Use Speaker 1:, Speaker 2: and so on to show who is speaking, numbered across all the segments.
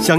Speaker 1: 想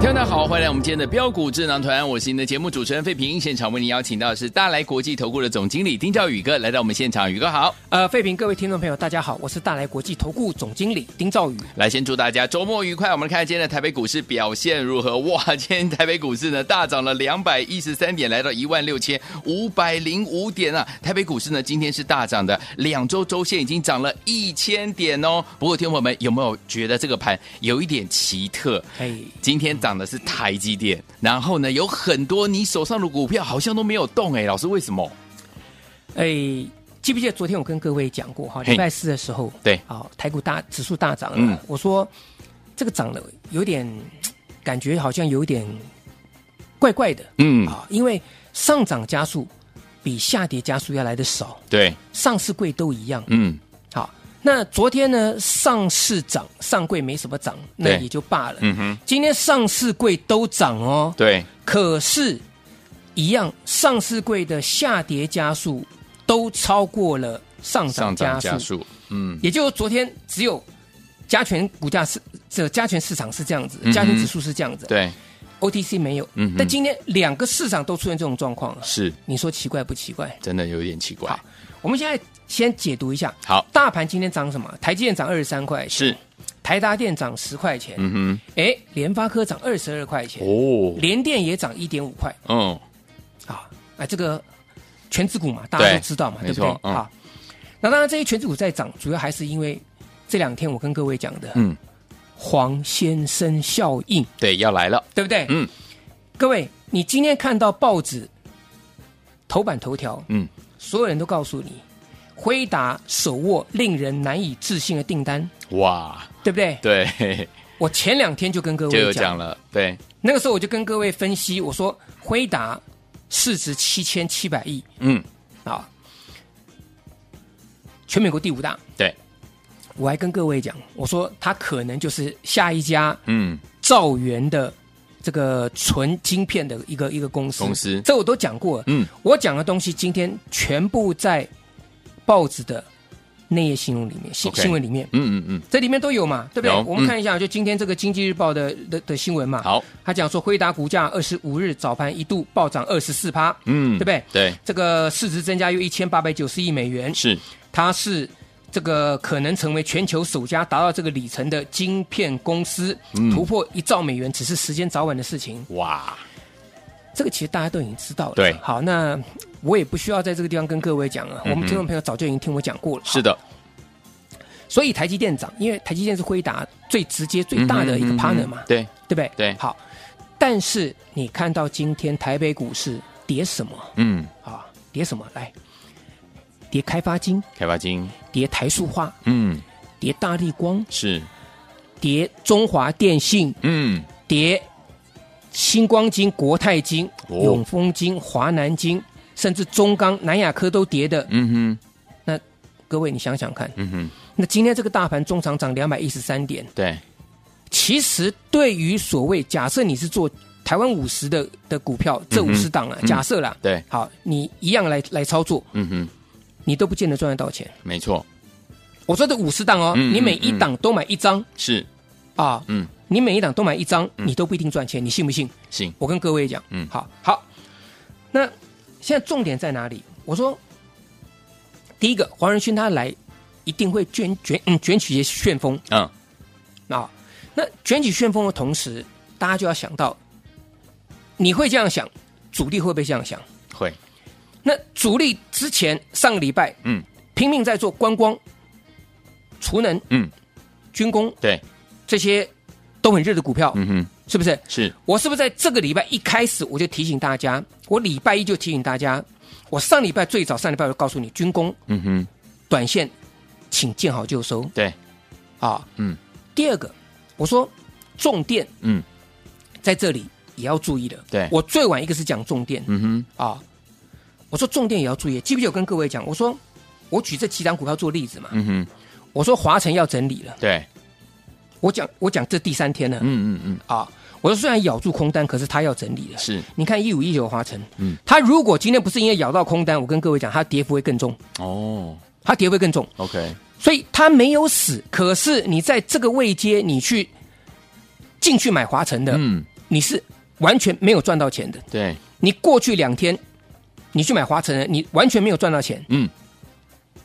Speaker 2: 听众大家好，欢迎来我们今天的标股智囊团，我是您的节目主持人费平。现场为您邀请到的是大来国际投顾的总经理丁兆宇哥来到我们现场，宇哥好。
Speaker 3: 呃，费评各位听众朋友，大家好，我是大来国际投顾总经理丁兆宇。
Speaker 2: 来，先祝大家周末愉快。我们看今天的台北股市表现如何？哇，今天台北股市呢大涨了两百一十三点，来到一万六千五百零五点啊。台北股市呢今天是大涨的，两周周线已经涨了一千点哦。不过，听众朋友们有没有觉得这个盘有一点奇特？
Speaker 3: 哎，
Speaker 2: 今天涨的是台积电，然后呢有很多你手上的股票好像都没有动哎，老师为什么？
Speaker 3: 哎，记不记得昨天我跟各位讲过哈，
Speaker 2: 嘿
Speaker 3: 礼拜四的时候，
Speaker 2: 对
Speaker 3: 好、台股大指数大涨了，
Speaker 2: 嗯
Speaker 3: 我说这个涨了有点感觉好像有点怪怪的
Speaker 2: 嗯，
Speaker 3: 啊、因为上涨加速比下跌加速要来的少，
Speaker 2: 对，
Speaker 3: 上市柜都一样，
Speaker 2: 嗯
Speaker 3: 好，那昨天呢，上市涨，上柜没什么涨，那
Speaker 2: 对
Speaker 3: 也就罢了。
Speaker 2: 嗯哼，
Speaker 3: 今天上市柜都涨哦，
Speaker 2: 对，
Speaker 3: 可是，一样上市柜的下跌加速都超过了上
Speaker 2: 上
Speaker 3: 涨加
Speaker 2: 涨
Speaker 3: 速，
Speaker 2: 加速，嗯，
Speaker 3: 也就是昨天只有加权股价是这加权市场是这样子
Speaker 2: 嗯，哼
Speaker 3: 加权指数是这样子、
Speaker 2: 对，
Speaker 3: o t c 没有。
Speaker 2: 嗯哼
Speaker 3: 但今天两个市场都出现这种状况了，
Speaker 2: 是
Speaker 3: 你说奇怪不奇怪？
Speaker 2: 真的有点奇怪。
Speaker 3: 好我们现在先解读一下，
Speaker 2: 好，
Speaker 3: 大盘今天涨什么？台积电涨二十三块钱，
Speaker 2: 是，
Speaker 3: 台达电涨十块钱，
Speaker 2: 嗯
Speaker 3: 哎、联发科涨二十二块钱，
Speaker 2: 哼，哦，
Speaker 3: 联电也涨一点五块
Speaker 2: 嗯，
Speaker 3: 啊，啊，这个全指股嘛，大家
Speaker 2: 对
Speaker 3: 都知道嘛，
Speaker 2: 没
Speaker 3: 对不
Speaker 2: 错
Speaker 3: 对？
Speaker 2: 嗯
Speaker 3: 啊，那当然这些全指股在涨，主要还是因为这两天我跟各位讲的，
Speaker 2: 嗯，
Speaker 3: 黄先生效应，
Speaker 2: 对，要来了，
Speaker 3: 对不对？
Speaker 2: 嗯，
Speaker 3: 各位，你今天看到报纸头版头条，
Speaker 2: 嗯，
Speaker 3: 所有人都告诉你，辉达手握令人难以置信的订单，
Speaker 2: 哇，
Speaker 3: 对不对？
Speaker 2: 对，
Speaker 3: 我前两天就跟各
Speaker 2: 就有
Speaker 3: 位
Speaker 2: 讲了，对，
Speaker 3: 那个时候我就跟各位分析，我说辉达市值七千七百亿
Speaker 2: 嗯，
Speaker 3: 啊，全美国第五大。
Speaker 2: 对，
Speaker 3: 我还跟各位讲，我说它可能就是下一家
Speaker 2: 嗯，
Speaker 3: 兆元的这个纯晶片的一个一个公司。
Speaker 2: 公司
Speaker 3: 这我都讲过了。
Speaker 2: 嗯，
Speaker 3: 我讲的东西今天全部在报纸的内页新闻里面，新
Speaker 2: OK
Speaker 3: 新闻里面，
Speaker 2: 嗯嗯嗯，
Speaker 3: 这里面都有嘛，对不对
Speaker 2: 有？
Speaker 3: 我
Speaker 2: 嗯
Speaker 3: 们看一下，就今天这个《经济日报的》的的新闻嘛。
Speaker 2: 好，
Speaker 3: 他讲说，辉达股价二十五日早盘一度暴涨二十四趴，
Speaker 2: 嗯，
Speaker 3: 对不对？
Speaker 2: 对，
Speaker 3: 这个市值增加约一千八百九十亿美元，
Speaker 2: 是，
Speaker 3: 它是这个可能成为全球首家达到这个里程的晶片公司，
Speaker 2: 嗯
Speaker 3: 突破一兆美元，只是时间早晚的事情。
Speaker 2: 哇，
Speaker 3: 这个其实大家都已经知道了。
Speaker 2: 对嗯
Speaker 3: 好，那我也不需要在这个地方跟各位讲啊了，我们听众朋友早就已经听我讲过了。
Speaker 2: 是的，
Speaker 3: 所以台积电涨，因为台积电是辉达最直接、最大的一个
Speaker 2: 嗯哼
Speaker 3: partner 嘛，
Speaker 2: 对，
Speaker 3: 对不对？
Speaker 2: 对
Speaker 3: 好，但是你看到今天台北股市跌什么
Speaker 2: 嗯，
Speaker 3: 啊？跌什么？来，跌开发金，
Speaker 2: 开发金，
Speaker 3: 跌台塑化，
Speaker 2: 嗯，
Speaker 3: 跌大力光，
Speaker 2: 是，
Speaker 3: 跌中华电信，
Speaker 2: 嗯，
Speaker 3: 跌星光金、国泰金、
Speaker 2: 哦
Speaker 3: 永丰金、华南金，甚至中钢、南亚科都跌的。
Speaker 2: 嗯哼，
Speaker 3: 各位，你想想看，
Speaker 2: 嗯哼，
Speaker 3: 那今天这个大盘中长涨两百一十三点，
Speaker 2: 对，
Speaker 3: 其实对于所谓假设你是做台湾五十的的股票，这五十档啊，
Speaker 2: 嗯
Speaker 3: 假设啦，
Speaker 2: 对，
Speaker 3: 好，你一样来来操作，
Speaker 2: 嗯哼，
Speaker 3: 你都不见得赚得到钱。
Speaker 2: 没错，
Speaker 3: 我说这五十档哦，
Speaker 2: 嗯
Speaker 3: 你每一档都买一张
Speaker 2: 是，
Speaker 3: 啊，
Speaker 2: 嗯，
Speaker 3: 你每一档都买一张，你都不一定赚钱，你信不信？
Speaker 2: 行，
Speaker 3: 我跟各位讲，
Speaker 2: 嗯
Speaker 3: 好，好。那现在重点在哪里？我说，第一个，黄仁勋他来一定会卷卷嗯卷起一些旋风
Speaker 2: 嗯，
Speaker 3: 啊。那卷起旋风的同时，大家就要想到，你会这样想，主力会不会这样想？
Speaker 2: 会，
Speaker 3: 那主力之前上个礼拜
Speaker 2: 嗯
Speaker 3: 拼命在做观光、储能、
Speaker 2: 嗯，
Speaker 3: 军工
Speaker 2: 对，
Speaker 3: 这些都很热的股票，
Speaker 2: 嗯哼，
Speaker 3: 是不是？
Speaker 2: 是
Speaker 3: 我是不是在这个礼拜一开始我就提醒大家？我礼拜一就提醒大家，我上礼拜最早上礼拜我就告诉你，军工
Speaker 2: 嗯哼，
Speaker 3: 短线请见好就收
Speaker 2: 对，
Speaker 3: 啊。
Speaker 2: 嗯
Speaker 3: 第二个，我说重电
Speaker 2: 嗯
Speaker 3: 在这里也要注意的。
Speaker 2: 对
Speaker 3: 我最晚一个是讲重电
Speaker 2: 嗯哼，
Speaker 3: 啊，我说重电也要注意。记不记得我跟各位讲，我说我举这几档股票做例子嘛？
Speaker 2: 嗯哼，
Speaker 3: 我说华晨要整理了，
Speaker 2: 对，
Speaker 3: 我讲我讲这第三天了、
Speaker 2: 嗯嗯嗯，
Speaker 3: 啊。我说虽然咬住空单，可是它要整理了。
Speaker 2: 是
Speaker 3: 你看一五一九华晨，
Speaker 2: 嗯
Speaker 3: 嗯，它如果今天不是因为咬到空单，我跟各位讲，它跌幅会更重，
Speaker 2: 哦
Speaker 3: 它跌幅会更重，
Speaker 2: ，OK，
Speaker 3: 所以它没有死。可是你在这个位阶，你去进去买华晨的，
Speaker 2: 嗯，
Speaker 3: 你是完全没有赚到钱的。
Speaker 2: 对，
Speaker 3: 你过去两天你去买华晨的，你完全没有赚到钱，
Speaker 2: 嗯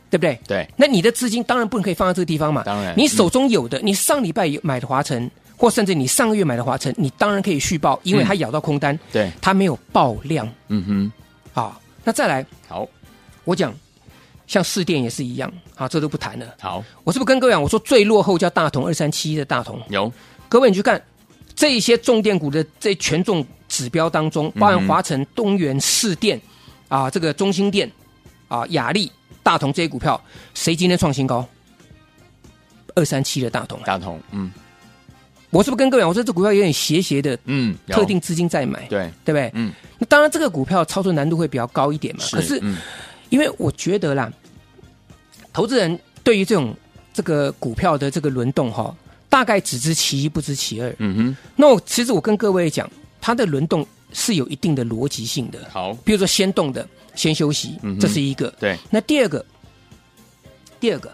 Speaker 3: 对不对？
Speaker 2: 对，
Speaker 3: 那你的资金当然不能可以放在这个地方嘛。
Speaker 2: 当然
Speaker 3: 你手中有的，你上礼拜有买的华晨，或甚至你上个月买的华晨，你当然可以续报，因
Speaker 2: 嗯
Speaker 3: 为它咬到空单，
Speaker 2: 对，
Speaker 3: 它没有爆量
Speaker 2: 嗯哼，
Speaker 3: 啊。那再来，
Speaker 2: 好
Speaker 3: 我讲像市电也是一样啊，这都不谈了。
Speaker 2: 好
Speaker 3: 我是不是跟各位讲，我说最落后叫大同二三七一的大同，
Speaker 2: 有，
Speaker 3: 各位你去看这一些重电股的这权重指标当中，包
Speaker 2: 嗯哼
Speaker 3: 含华晨、东元、市电啊，这个中兴电啊、雅力、大同这些股票，谁今天创新高？二三七的大同，啊
Speaker 2: 大同，嗯
Speaker 3: 我是不是跟各位讲，我说这股票有点斜斜的，
Speaker 2: 嗯，有
Speaker 3: 特定资金在买，
Speaker 2: 对，
Speaker 3: 对不对？
Speaker 2: 嗯
Speaker 3: 那当然，这个股票操作难度会比较高一点嘛。可是
Speaker 2: 嗯
Speaker 3: 因为我觉得啦，投资人对于这种这个股票的这个轮动哈、大概只知其一不知其二。
Speaker 2: 嗯
Speaker 3: 那我其实我跟各位讲，它的轮动是有一定的逻辑性的。
Speaker 2: 哼，好，
Speaker 3: 比如说先动的先休息
Speaker 2: 嗯哼，
Speaker 3: 这是一个。
Speaker 2: 对，
Speaker 3: 那第二个，第二个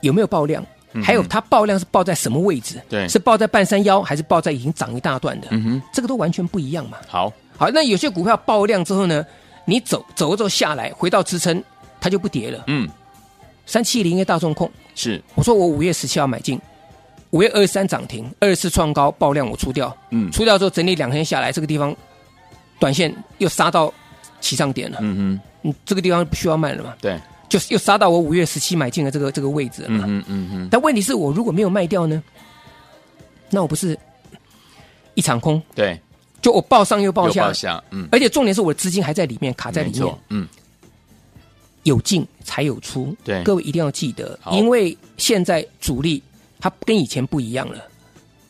Speaker 3: 有没有爆量
Speaker 2: 嗯哼？
Speaker 3: 还有它爆量是爆在什么位置？
Speaker 2: 对
Speaker 3: 是爆在半山腰，还是爆在已经涨一大段的？
Speaker 2: 嗯哼，
Speaker 3: 这个都完全不一样嘛。
Speaker 2: 好，
Speaker 3: 好，那有些股票爆量之后呢，你走走了之后下来，回到支撑，它就不跌了。
Speaker 2: 嗯
Speaker 3: 三七零因为大众控，
Speaker 2: 是，
Speaker 3: 我说我五月十七号买进，五月二十三涨停，二十四创高爆量我出掉，
Speaker 2: 嗯
Speaker 3: 出掉之后整理两天下来，这个地方短线又杀到起涨点了，
Speaker 2: 嗯哼，
Speaker 3: 嗯，这个地方不需要卖了嘛，
Speaker 2: 对，
Speaker 3: 就是又杀到我五月十七买进的这个这个位置了
Speaker 2: 嗯
Speaker 3: 嘛。
Speaker 2: 哼嗯哼，
Speaker 3: 但问题是我如果没有卖掉呢，那我不是一场空，
Speaker 2: 对，
Speaker 3: 就我报上又报
Speaker 2: 有
Speaker 3: 下
Speaker 2: 报，下，嗯，
Speaker 3: 而且重点是我的资金还在里面卡在
Speaker 2: 没
Speaker 3: 里
Speaker 2: 错
Speaker 3: 面，，
Speaker 2: 嗯
Speaker 3: 有进才有出。
Speaker 2: 对
Speaker 3: 各位一定要记得，
Speaker 2: 好
Speaker 3: 因为现在主力它跟以前不一样了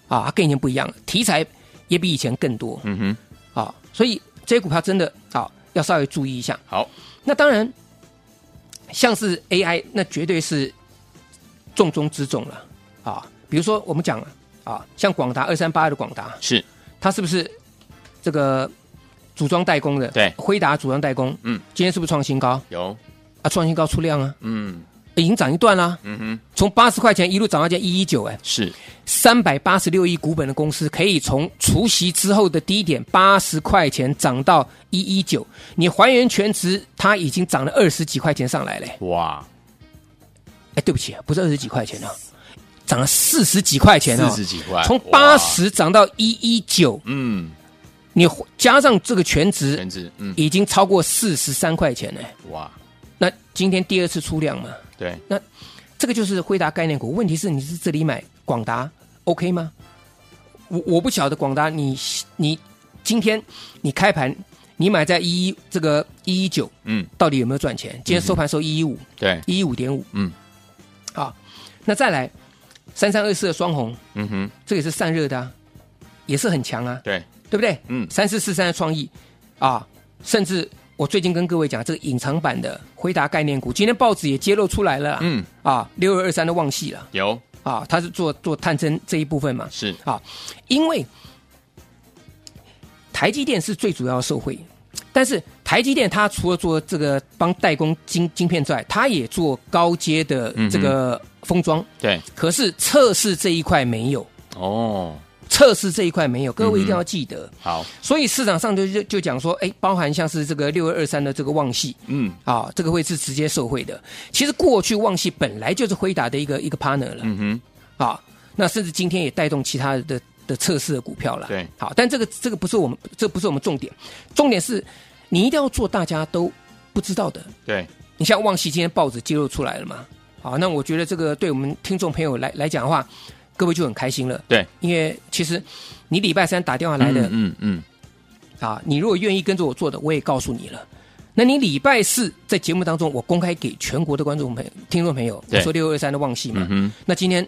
Speaker 3: 啊，它跟以前不一样了，题材也比以前更多
Speaker 2: 嗯哼，
Speaker 3: 啊，所以这些股票真的啊要稍微注意一下。
Speaker 2: 好，
Speaker 3: 那当然，像是 AI，那绝对是重中之重了啊。比如说我们讲啊，像广达二三八的广达，
Speaker 2: 是
Speaker 3: 它是不是这个组装代工的？
Speaker 2: 对
Speaker 3: 辉达组装代工，
Speaker 2: 嗯，
Speaker 3: 今天是不是创新高
Speaker 2: 有，
Speaker 3: 啊？创新高出量啊，
Speaker 2: 嗯
Speaker 3: 已经涨一段啦、
Speaker 2: 嗯哼，
Speaker 3: 从八十块钱一路涨到现在一一九，哎，
Speaker 2: 是，
Speaker 3: 三百八十六亿股本的公司，可以从除夕之后的低点八十块钱涨到一一九，你还原全值，它已经涨了二十几块钱上来嘞。
Speaker 2: 哇，
Speaker 3: 哎，对不起，不是二十几块钱啊，涨了四十几块钱
Speaker 2: 四
Speaker 3: 啊，
Speaker 2: 十几块，
Speaker 3: 从
Speaker 2: 哇
Speaker 3: 八，十涨到一一九，
Speaker 2: 嗯，
Speaker 3: 你加上这个全值，
Speaker 2: 全值，嗯，
Speaker 3: 已经超过四十三块钱嘞。
Speaker 2: 哇，
Speaker 3: 那今天第二次出量嘛，
Speaker 2: 对，
Speaker 3: 这个就是辉达概念股。问题是你是这里买广达，OK 吗？我我不晓得广达，你你今天你开盘你买在一一这个一一九，
Speaker 2: 嗯，
Speaker 3: 到底有没有赚钱？今天收盘收一一五
Speaker 2: 对，
Speaker 3: 一一五点五，
Speaker 2: 嗯，
Speaker 3: 啊，那再来三三二四的双红，
Speaker 2: 嗯哼，
Speaker 3: 这也是散热的、啊，也是很强啊，
Speaker 2: 对，
Speaker 3: 对不对？
Speaker 2: 嗯
Speaker 3: 三四四三的创意啊，甚至我最近跟各位讲这个隐藏版的辉达概念股，今天报纸也揭露出来了啦，
Speaker 2: 嗯，
Speaker 3: 啊，六二二三的旺系了。
Speaker 2: 有，
Speaker 3: 啊，他是做做探针这一部分嘛，
Speaker 2: 是，
Speaker 3: 啊，因为台积电是最主要的受惠，但是台积电它除了做这个帮代工晶晶片之外，它也做高阶的这个封装，
Speaker 2: 对，
Speaker 3: 可是测试这一块没有，
Speaker 2: 哦，
Speaker 3: 测试这一块没有，各位一定要记得，
Speaker 2: 好，
Speaker 3: 所以市场上就就就讲说，哎，包含像是这个六二二三的这个旺系。
Speaker 2: 嗯
Speaker 3: 啊、这个会是直接受惠的。其实过去旺系本来就是辉达的一个一个 partner 了，
Speaker 2: 嗯哼，
Speaker 3: 啊，那甚至今天也带动其他的的测试的股票了。
Speaker 2: 对
Speaker 3: 好，但这个这个不是我们这不是我们重点，重点是你一定要做大家都不知道的。
Speaker 2: 对，
Speaker 3: 你像旺西今天报纸揭露出来了嘛？好，那我觉得这个对我们听众朋友来来讲的话，各位就很开心了。
Speaker 2: 对，
Speaker 3: 因为其实你礼拜三打电话来的、
Speaker 2: 嗯嗯
Speaker 3: 啊，你如果愿意跟着我做的，我也告诉你了。那你礼拜四在节目当中，我公开给全国的观众朋友、听众朋友，我
Speaker 2: 对
Speaker 3: 说六二三的旺系嘛
Speaker 2: 嗯，嗯
Speaker 3: 那今天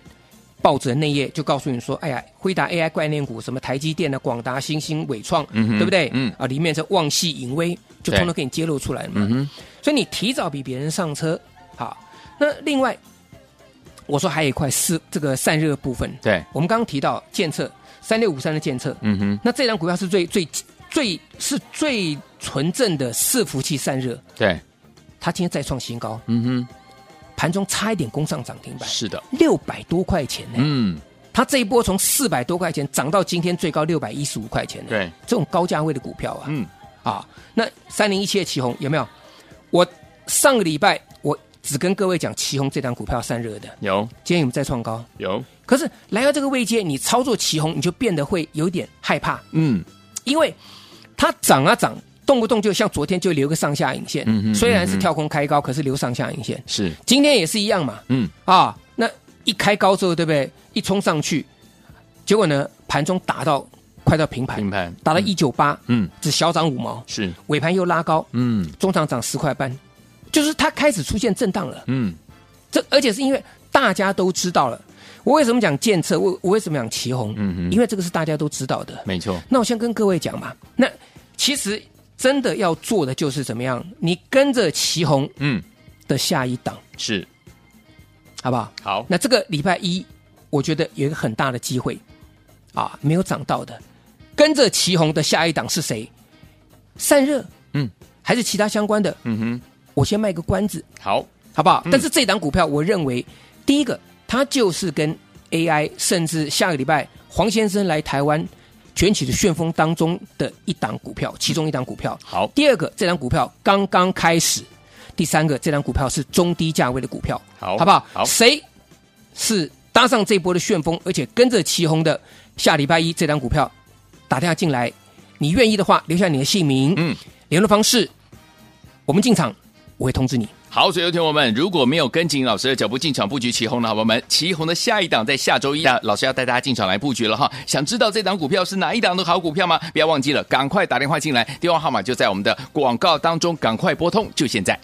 Speaker 3: 报纸的内页就告诉你说，哎呀，辉达 AI 概念股，什么台积电的、啊广达、新兴、伟创，
Speaker 2: 嗯哼
Speaker 3: 对不对？
Speaker 2: 嗯
Speaker 3: 啊，里面这旺系、盈威，就
Speaker 2: 对
Speaker 3: 通通给你揭露出来了嘛。
Speaker 2: 嗯哼，
Speaker 3: 所以你提早比别人上车，好。那另外，我说还有一块是这个散热部分，
Speaker 2: 对，
Speaker 3: 我们刚刚提到建测三六五三的建测，
Speaker 2: 嗯哼，
Speaker 3: 那这张股票是最最最是最纯正的伺服器散热，
Speaker 2: 对，
Speaker 3: 它今天再创新高，
Speaker 2: 嗯
Speaker 3: 盘中差一点攻上涨停
Speaker 2: 哼，
Speaker 3: 板，
Speaker 2: 是的，
Speaker 3: 六百多块钱呢、
Speaker 2: 嗯，
Speaker 3: 它这一波从四百多块钱涨到今天最高六百一十五块钱，，
Speaker 2: 对，
Speaker 3: 这种高价位的股票啊，
Speaker 2: 嗯，
Speaker 3: 啊，那三零一七的旗红有没有？我上个礼拜我只跟各位讲旗红这档股票散热的，
Speaker 2: 有
Speaker 3: 今天有没有再创高？
Speaker 2: 有，
Speaker 3: 可是来到这个位阶，你操作旗红，你就变得会有点害怕，
Speaker 2: 嗯，
Speaker 3: 因为它涨啊涨，动不动就像昨天就留个上下影线，
Speaker 2: 嗯哼
Speaker 3: 虽然
Speaker 2: 嗯
Speaker 3: 是
Speaker 2: 哼
Speaker 3: 跳空开高，可是留上下影线，
Speaker 2: 是，
Speaker 3: 今天也是一样嘛，
Speaker 2: 嗯，
Speaker 3: 啊，那一开高之后，对不对？一冲上去，结果呢，盘中打到快到平盘
Speaker 2: 平，盘
Speaker 3: 打到一，九八，
Speaker 2: 嗯，
Speaker 3: 只小涨五毛，
Speaker 2: 是，
Speaker 3: 尾盘又拉高，
Speaker 2: 嗯
Speaker 3: 中场涨十块半，就是它开始出现震荡了。
Speaker 2: 嗯，
Speaker 3: 这而且是因为大家都知道了。我为什么讲建测？我我为什么讲旗红？
Speaker 2: 嗯哼
Speaker 3: 因为这个是大家都知道的。
Speaker 2: 没错，
Speaker 3: 那我先跟各位讲嘛，那其实真的要做的就是怎么样，你跟着旗红
Speaker 2: 嗯，
Speaker 3: 的下一档，
Speaker 2: 是，
Speaker 3: 好不好？
Speaker 2: 好，
Speaker 3: 那这个礼拜一，我觉得有一个很大的机会啊，没有涨到的，跟着旗红的下一档是谁？散热，
Speaker 2: 嗯，
Speaker 3: 还是其他相关的？
Speaker 2: 嗯哼，
Speaker 3: 我先卖个关子，
Speaker 2: 好，
Speaker 3: 好不好？
Speaker 2: 嗯
Speaker 3: 但是这档股票，我认为第一个，它就是跟 AI，甚至下个礼拜黄先生来台湾卷起的旋风当中的一档股票，其中一档股票。
Speaker 2: 好，
Speaker 3: 第二个，这档股票刚刚开始；第三个，这档股票是中低价位的股票，
Speaker 2: 好
Speaker 3: 好不好？
Speaker 2: 好
Speaker 3: 谁是搭上这波的旋风，而且跟着旗红的下礼拜一这档股票打电话进来，你愿意的话，留下你的姓名、
Speaker 2: 嗯。
Speaker 3: 联络方式，我们进场，我会通知你。
Speaker 2: 好，所以有听我们如果没有跟紧老师的脚步进场布局旗红的好朋友们，旗红的下一档在下周一啊，老师要带大家进场来布局了哈。想知道这档股票是哪一档的好股票吗？不要忘记了，赶快打电话进来，电话号码就在我们的广告当中，赶快拨通，就现在。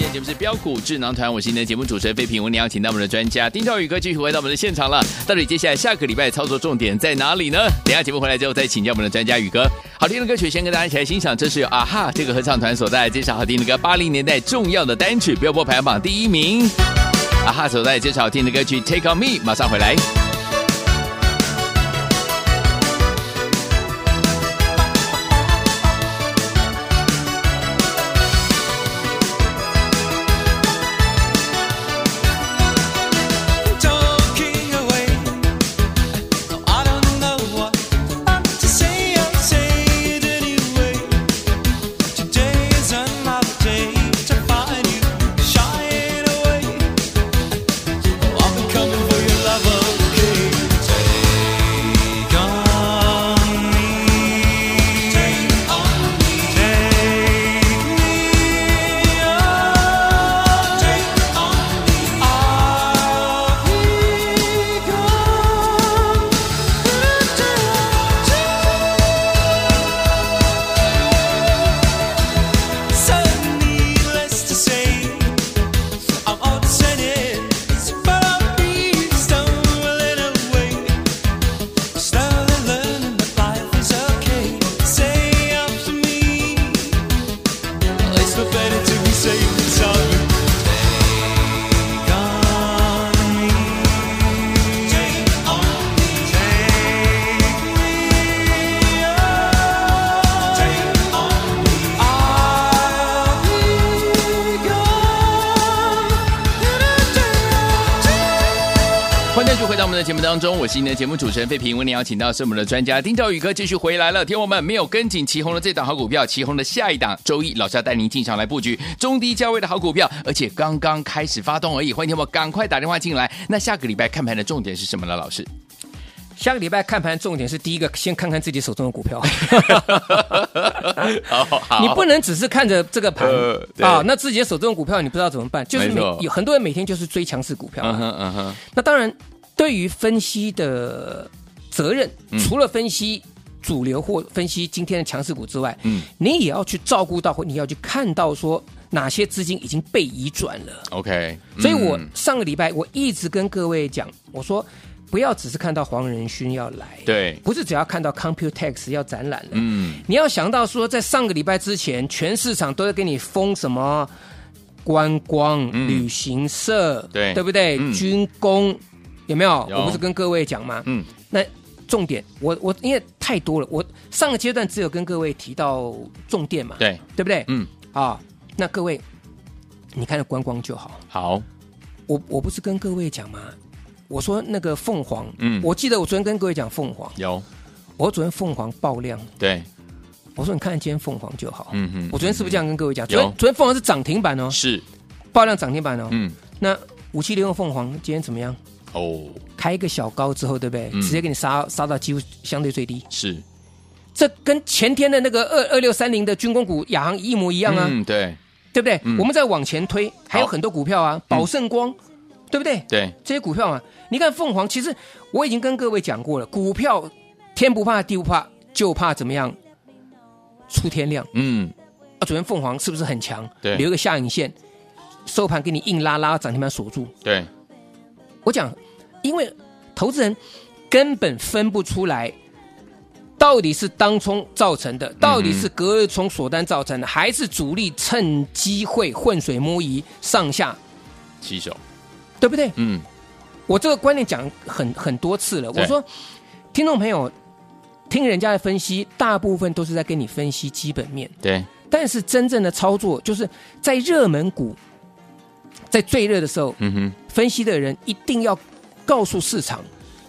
Speaker 2: 今天节目是标股智囊团，我是你的节目主持人费平。我们邀请到我们的专家丁兆宇哥继续回到我们的现场了。到底接下来下个礼拜的操作重点在哪里呢？等一下节目回来之后再请教我们的专家宇哥。好听的歌曲先跟大家一起来欣赏，这是由啊哈这个合唱团所带来这首好听的歌，八零年代重要的单曲，标播排行榜第一名。啊哈所带来这首好听的歌曲《Take on Me》，马上回来。
Speaker 4: Talking away, no, I don't know what I'm to say. I'll say it anyway. Today is another day to find you shying away. Oh, I'll be coming for your love, okay? Take on me, take on me, take me on, take on Better to be safe than sorry. Take on me, take on me, take me on, take on me. I'll be gone
Speaker 2: 欢迎继续回到我们的节目当中，我是您的节目主持人费平。为您邀请到是我们的专家丁兆宇哥继续回来了。听友们没有跟紧旗红的这档好股票，旗红的下一档周一老师要带您进场来布局中低价位的好股票，而且刚刚开始发动而已。欢迎听友们赶快打电话进来。那下个礼拜看盘的重点是什么呢？老师，
Speaker 3: 下个礼拜看盘重点是第一个，先看看自己手中的股 票。
Speaker 2: 好好，
Speaker 3: 你不能只是看着这个盘
Speaker 2: 呃对
Speaker 3: 啊，那自己的手中的股票你不知道怎么办，就是
Speaker 2: 没
Speaker 3: 每
Speaker 2: 错
Speaker 3: 有很多人每天就是追强势股票。
Speaker 2: 嗯哼嗯哼，
Speaker 3: 那当然，对于分析的责任，
Speaker 2: 嗯
Speaker 3: 除了分析主流或分析今天的强势股之外，
Speaker 2: 嗯
Speaker 3: 你也要去照顾到，或你要去看到说哪些资金已经被移转了。
Speaker 2: ，OK，嗯
Speaker 3: 所以我上个礼拜我一直跟各位讲，我说不要只是看到黄仁勋要来，
Speaker 2: 对，
Speaker 3: 不是只要看到 Computex 要展览了，
Speaker 2: 嗯，
Speaker 3: 你要想到说，在上个礼拜之前，全市场都在给你封什么观光、
Speaker 2: 嗯
Speaker 3: 旅行社，
Speaker 2: 对
Speaker 3: 对不对？
Speaker 2: 嗯
Speaker 3: 军工有没有？
Speaker 2: 有
Speaker 3: 我不是跟各位讲吗？
Speaker 2: 嗯，
Speaker 3: 那重点，我我因为太多了，我上个阶段只有跟各位提到重点嘛，
Speaker 2: 对，
Speaker 3: 对不对？
Speaker 2: 嗯，
Speaker 3: 啊，那各位，你看观光就好。
Speaker 2: 好，
Speaker 3: 我我不是跟各位讲吗？我说那个凤凰，
Speaker 2: 嗯
Speaker 3: 我记得我昨天跟各位讲凤凰，
Speaker 2: 有，
Speaker 3: 我昨天凤凰爆量，
Speaker 2: 对，
Speaker 3: 我说你看今天凤凰就好，
Speaker 2: 嗯哼
Speaker 3: 我昨天是不是这样跟各位讲？
Speaker 2: 有
Speaker 3: 昨天昨天凤凰是涨停板哦，
Speaker 2: 是，
Speaker 3: 爆量涨停板哦。
Speaker 2: 嗯，
Speaker 3: 那五七零用凤凰今天怎么样？
Speaker 2: 哦，
Speaker 3: 开一个小高之后，对不对？
Speaker 2: 嗯
Speaker 3: 直接给你杀杀到几乎相对最低，
Speaker 2: 是，
Speaker 3: 这跟前天的那个二二六三零的军工股亚航一模一样啊，
Speaker 2: 嗯，对
Speaker 3: 对不对？
Speaker 2: 嗯
Speaker 3: 我们再往前推，还有
Speaker 2: 好
Speaker 3: 很多股票啊，宝盛光，对不对？
Speaker 2: 对，
Speaker 3: 这些股票啊，你看凤凰，其实我已经跟各位讲过了，股票天不怕地不怕，就怕怎么样出天量。
Speaker 2: 嗯，
Speaker 3: 啊，昨天凤凰是不是很强？
Speaker 2: 对
Speaker 3: 留一个下影线，收盘给你硬拉拉涨停板锁住。
Speaker 2: 对，
Speaker 3: 我讲，因为投资人根本分不出来，到底是当冲造成的，到
Speaker 2: 嗯
Speaker 3: 底是隔日冲锁单造成的，还是主力趁机会浑水摸鱼上下，
Speaker 2: 起手，
Speaker 3: 对不对？
Speaker 2: 嗯，
Speaker 3: 我这个观念讲很很多次了，
Speaker 2: 对
Speaker 3: 我说，听众朋友。听人家的分析，大部分都是在跟你分析基本面，
Speaker 2: 对，
Speaker 3: 但是真正的操作，就是在热门股，在最热的时候，
Speaker 2: 嗯哼，
Speaker 3: 分析的人一定要告诉市场，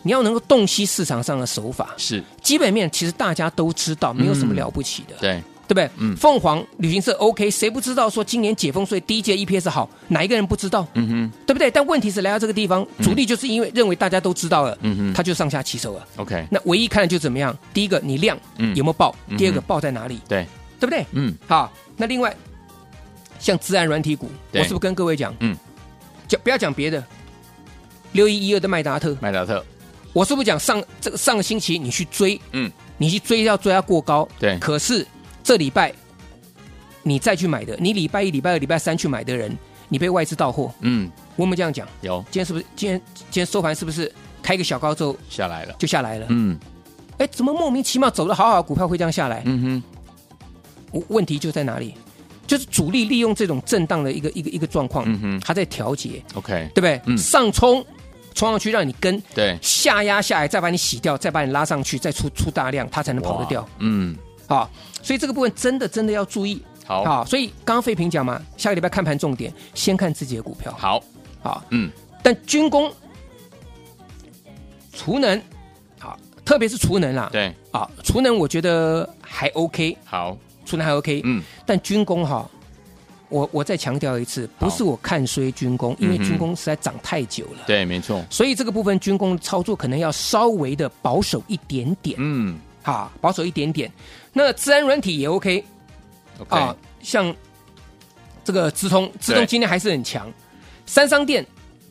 Speaker 3: 你要能够洞悉市场上的手法。
Speaker 2: 是，
Speaker 3: 基本面其实大家都知道，没有什么
Speaker 2: 嗯
Speaker 3: 了不起的，
Speaker 2: 对，
Speaker 3: 对不对？
Speaker 2: 嗯
Speaker 3: 凤凰旅行社 OK，谁不知道说今年解封税第一届 EPS 好，哪一个人不知道？
Speaker 2: 嗯哼，
Speaker 3: 对不对？但问题是来到这个地方，主力就是因为认为大家都知道了，
Speaker 2: 嗯哼
Speaker 3: 他就上下起手了。
Speaker 2: ，OK，
Speaker 3: 那唯一看的就怎么样？第一个你量
Speaker 2: 嗯
Speaker 3: 有没有爆？
Speaker 2: 嗯哼
Speaker 3: 第二个爆在哪里？
Speaker 2: 对，
Speaker 3: 对不对？
Speaker 2: 嗯，
Speaker 3: 好，那另外像自然软体股，我
Speaker 2: 对
Speaker 3: 是不是跟各位讲？
Speaker 2: 嗯，
Speaker 3: 讲不要讲别的，六一一二的麦达特，
Speaker 2: 麦达特，
Speaker 3: 我是不是讲上这个上个星期你去追，
Speaker 2: 嗯，
Speaker 3: 你去追要追它过高，
Speaker 2: 对
Speaker 3: 可是这礼拜你再去买的，你礼拜一、礼拜二、礼拜三去买的人，你被外资到货，
Speaker 2: 嗯，
Speaker 3: 我们这样讲，
Speaker 2: 有
Speaker 3: 今天是不是今天今天收盘是不是开个小高之后
Speaker 2: 下来了，
Speaker 3: 就下来了？
Speaker 2: 嗯
Speaker 3: 哎、怎么莫名其妙走的好好的股票会这样下来？
Speaker 2: 嗯
Speaker 3: 我问题就在哪里？就是主力利用这种震荡的一个一个一个状况，
Speaker 2: 嗯哼
Speaker 3: 他在调节，
Speaker 2: 哼，OK，
Speaker 3: 对不对？
Speaker 2: 嗯
Speaker 3: 上冲冲上去让你跟，
Speaker 2: 对，
Speaker 3: 下压下来再把你洗掉，再把你拉上去，再出出大量，它才能跑得掉
Speaker 2: 哇，嗯，
Speaker 3: 啊！所以这个部分真的真的要注意
Speaker 2: 好，
Speaker 3: 啊！所以刚刚费平讲嘛，下个礼拜看盘重点，先看自己的股票
Speaker 2: 好，
Speaker 3: 啊。
Speaker 2: 嗯，
Speaker 3: 但军工、啊储能，啊，特别是储能啦，
Speaker 2: 对，
Speaker 3: 啊，储能我觉得还 OK，
Speaker 2: 好，
Speaker 3: 储能还 OK，
Speaker 2: 嗯，
Speaker 3: 但军工哈，我我再强调一次，
Speaker 2: 好
Speaker 3: 不是我看衰军工，因为
Speaker 2: 嗯哼
Speaker 3: 军工实在涨太久了。
Speaker 2: 对，没错，
Speaker 3: 所以这个部分军工操作可能要稍微的保守一点点，
Speaker 2: 嗯
Speaker 3: 哈，保守一点点。那自然软体也 OK
Speaker 2: ，OK，
Speaker 3: 啊，像这个资通，资
Speaker 2: 对
Speaker 3: 通今天还是很强。三商店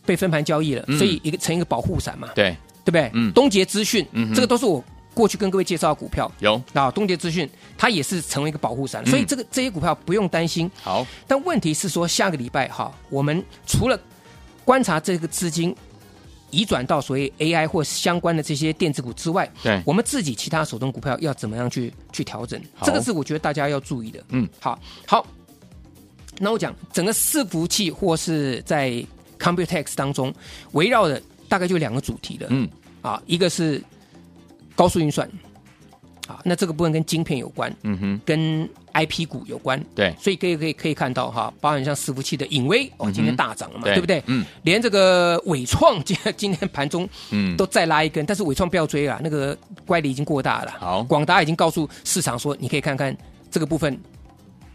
Speaker 3: 被分盘交易了，
Speaker 2: 嗯
Speaker 3: 所以一个成一个保护伞嘛，
Speaker 2: 对，
Speaker 3: 对不对？
Speaker 2: 嗯
Speaker 3: 东杰资讯
Speaker 2: 嗯哼，
Speaker 3: 这个都是我过去跟各位介绍的股票
Speaker 2: 有，
Speaker 3: 啊，东杰资讯它也是成为一个保护伞，
Speaker 2: 嗯
Speaker 3: 所以这个这些股票不用担心。
Speaker 2: 好，
Speaker 3: 但问题是说，下个礼拜哈，我们除了观察这个资金移转到所谓 AI 或相关的这些电子股之外，
Speaker 2: 对，
Speaker 3: 我们自己其他手中股票要怎么样去去调整，
Speaker 2: 好
Speaker 3: 这个是我觉得大家要注意的。
Speaker 2: 嗯，
Speaker 3: 好，好。那我讲整个伺服器或是在 Computex 当中围绕的大概就两个主题了。
Speaker 2: 嗯，
Speaker 3: 啊，一个是高速运算，啊，那这个部分跟晶片有关，
Speaker 2: 嗯哼，
Speaker 3: 跟 IP 股有关。
Speaker 2: 对，嗯
Speaker 3: 所以可以可以可以看到哈，包含像伺服器的影威哦，今天大涨了嘛，
Speaker 2: 对
Speaker 3: 对不对？
Speaker 2: 嗯，
Speaker 3: 连这个伟创 今今天盘中
Speaker 2: 嗯，
Speaker 3: 都再拉一根，但是伟创不要追啊，那个乖离已经过大了。
Speaker 2: 好
Speaker 3: 广达已经告诉市场说，你可以看看这个部分，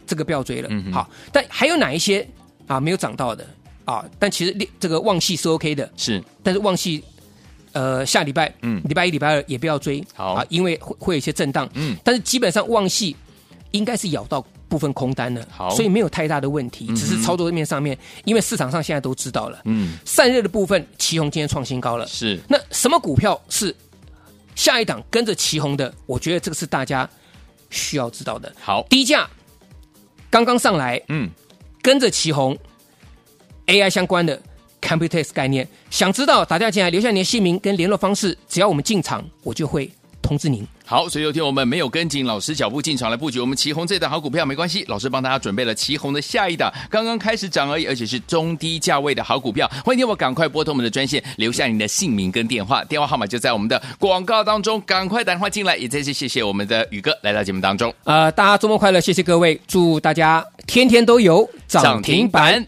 Speaker 3: 这个不要追了。
Speaker 2: 嗯哼
Speaker 3: 好，但还有哪一些啊没有涨到的啊？但其实这个旺系是 OK 的，
Speaker 2: 是，
Speaker 3: 但是旺系呃下礼拜，
Speaker 2: 嗯
Speaker 3: 嗯，礼拜一、礼拜二也不要追，啊
Speaker 2: 好
Speaker 3: 因为会会有一些震荡，
Speaker 2: 嗯
Speaker 3: 嗯，但是基本上旺系应该是咬到部分空单了，
Speaker 2: 好嗯
Speaker 3: 所以没有太大的问题，
Speaker 2: 哼
Speaker 3: 只是操作面上面，因为市场上现在都知道了，
Speaker 2: 嗯，
Speaker 3: 散热的部分，旗宏今天创新高了，
Speaker 2: 是
Speaker 3: 那什么股票是下一档跟着旗宏的？我觉得这个是大家需要知道的。
Speaker 2: 好，
Speaker 3: 低价刚刚上来，
Speaker 2: 嗯，
Speaker 3: 跟着旗宏 AI 相关的 Computex 概念，想知道打电话进来，留下你的姓名跟联络方式，只要我们进场，我就会通知您。
Speaker 2: 好，所以有天我们没有跟紧老师脚步进场来布局我们旗红这档好股票，没关系，老师帮大家准备了旗红的下一档，刚刚开始涨而已，而且是中低价位的好股票。欢迎听我赶快拨通我们的专线，留下你的姓名跟电话，电话号码就在我们的广告当中，赶快打电话进来。也再次谢谢我们的宇哥来到节目当中，
Speaker 3: 呃，大家周末快乐，谢谢各位，祝大家天天都有涨停板。
Speaker 2: 板。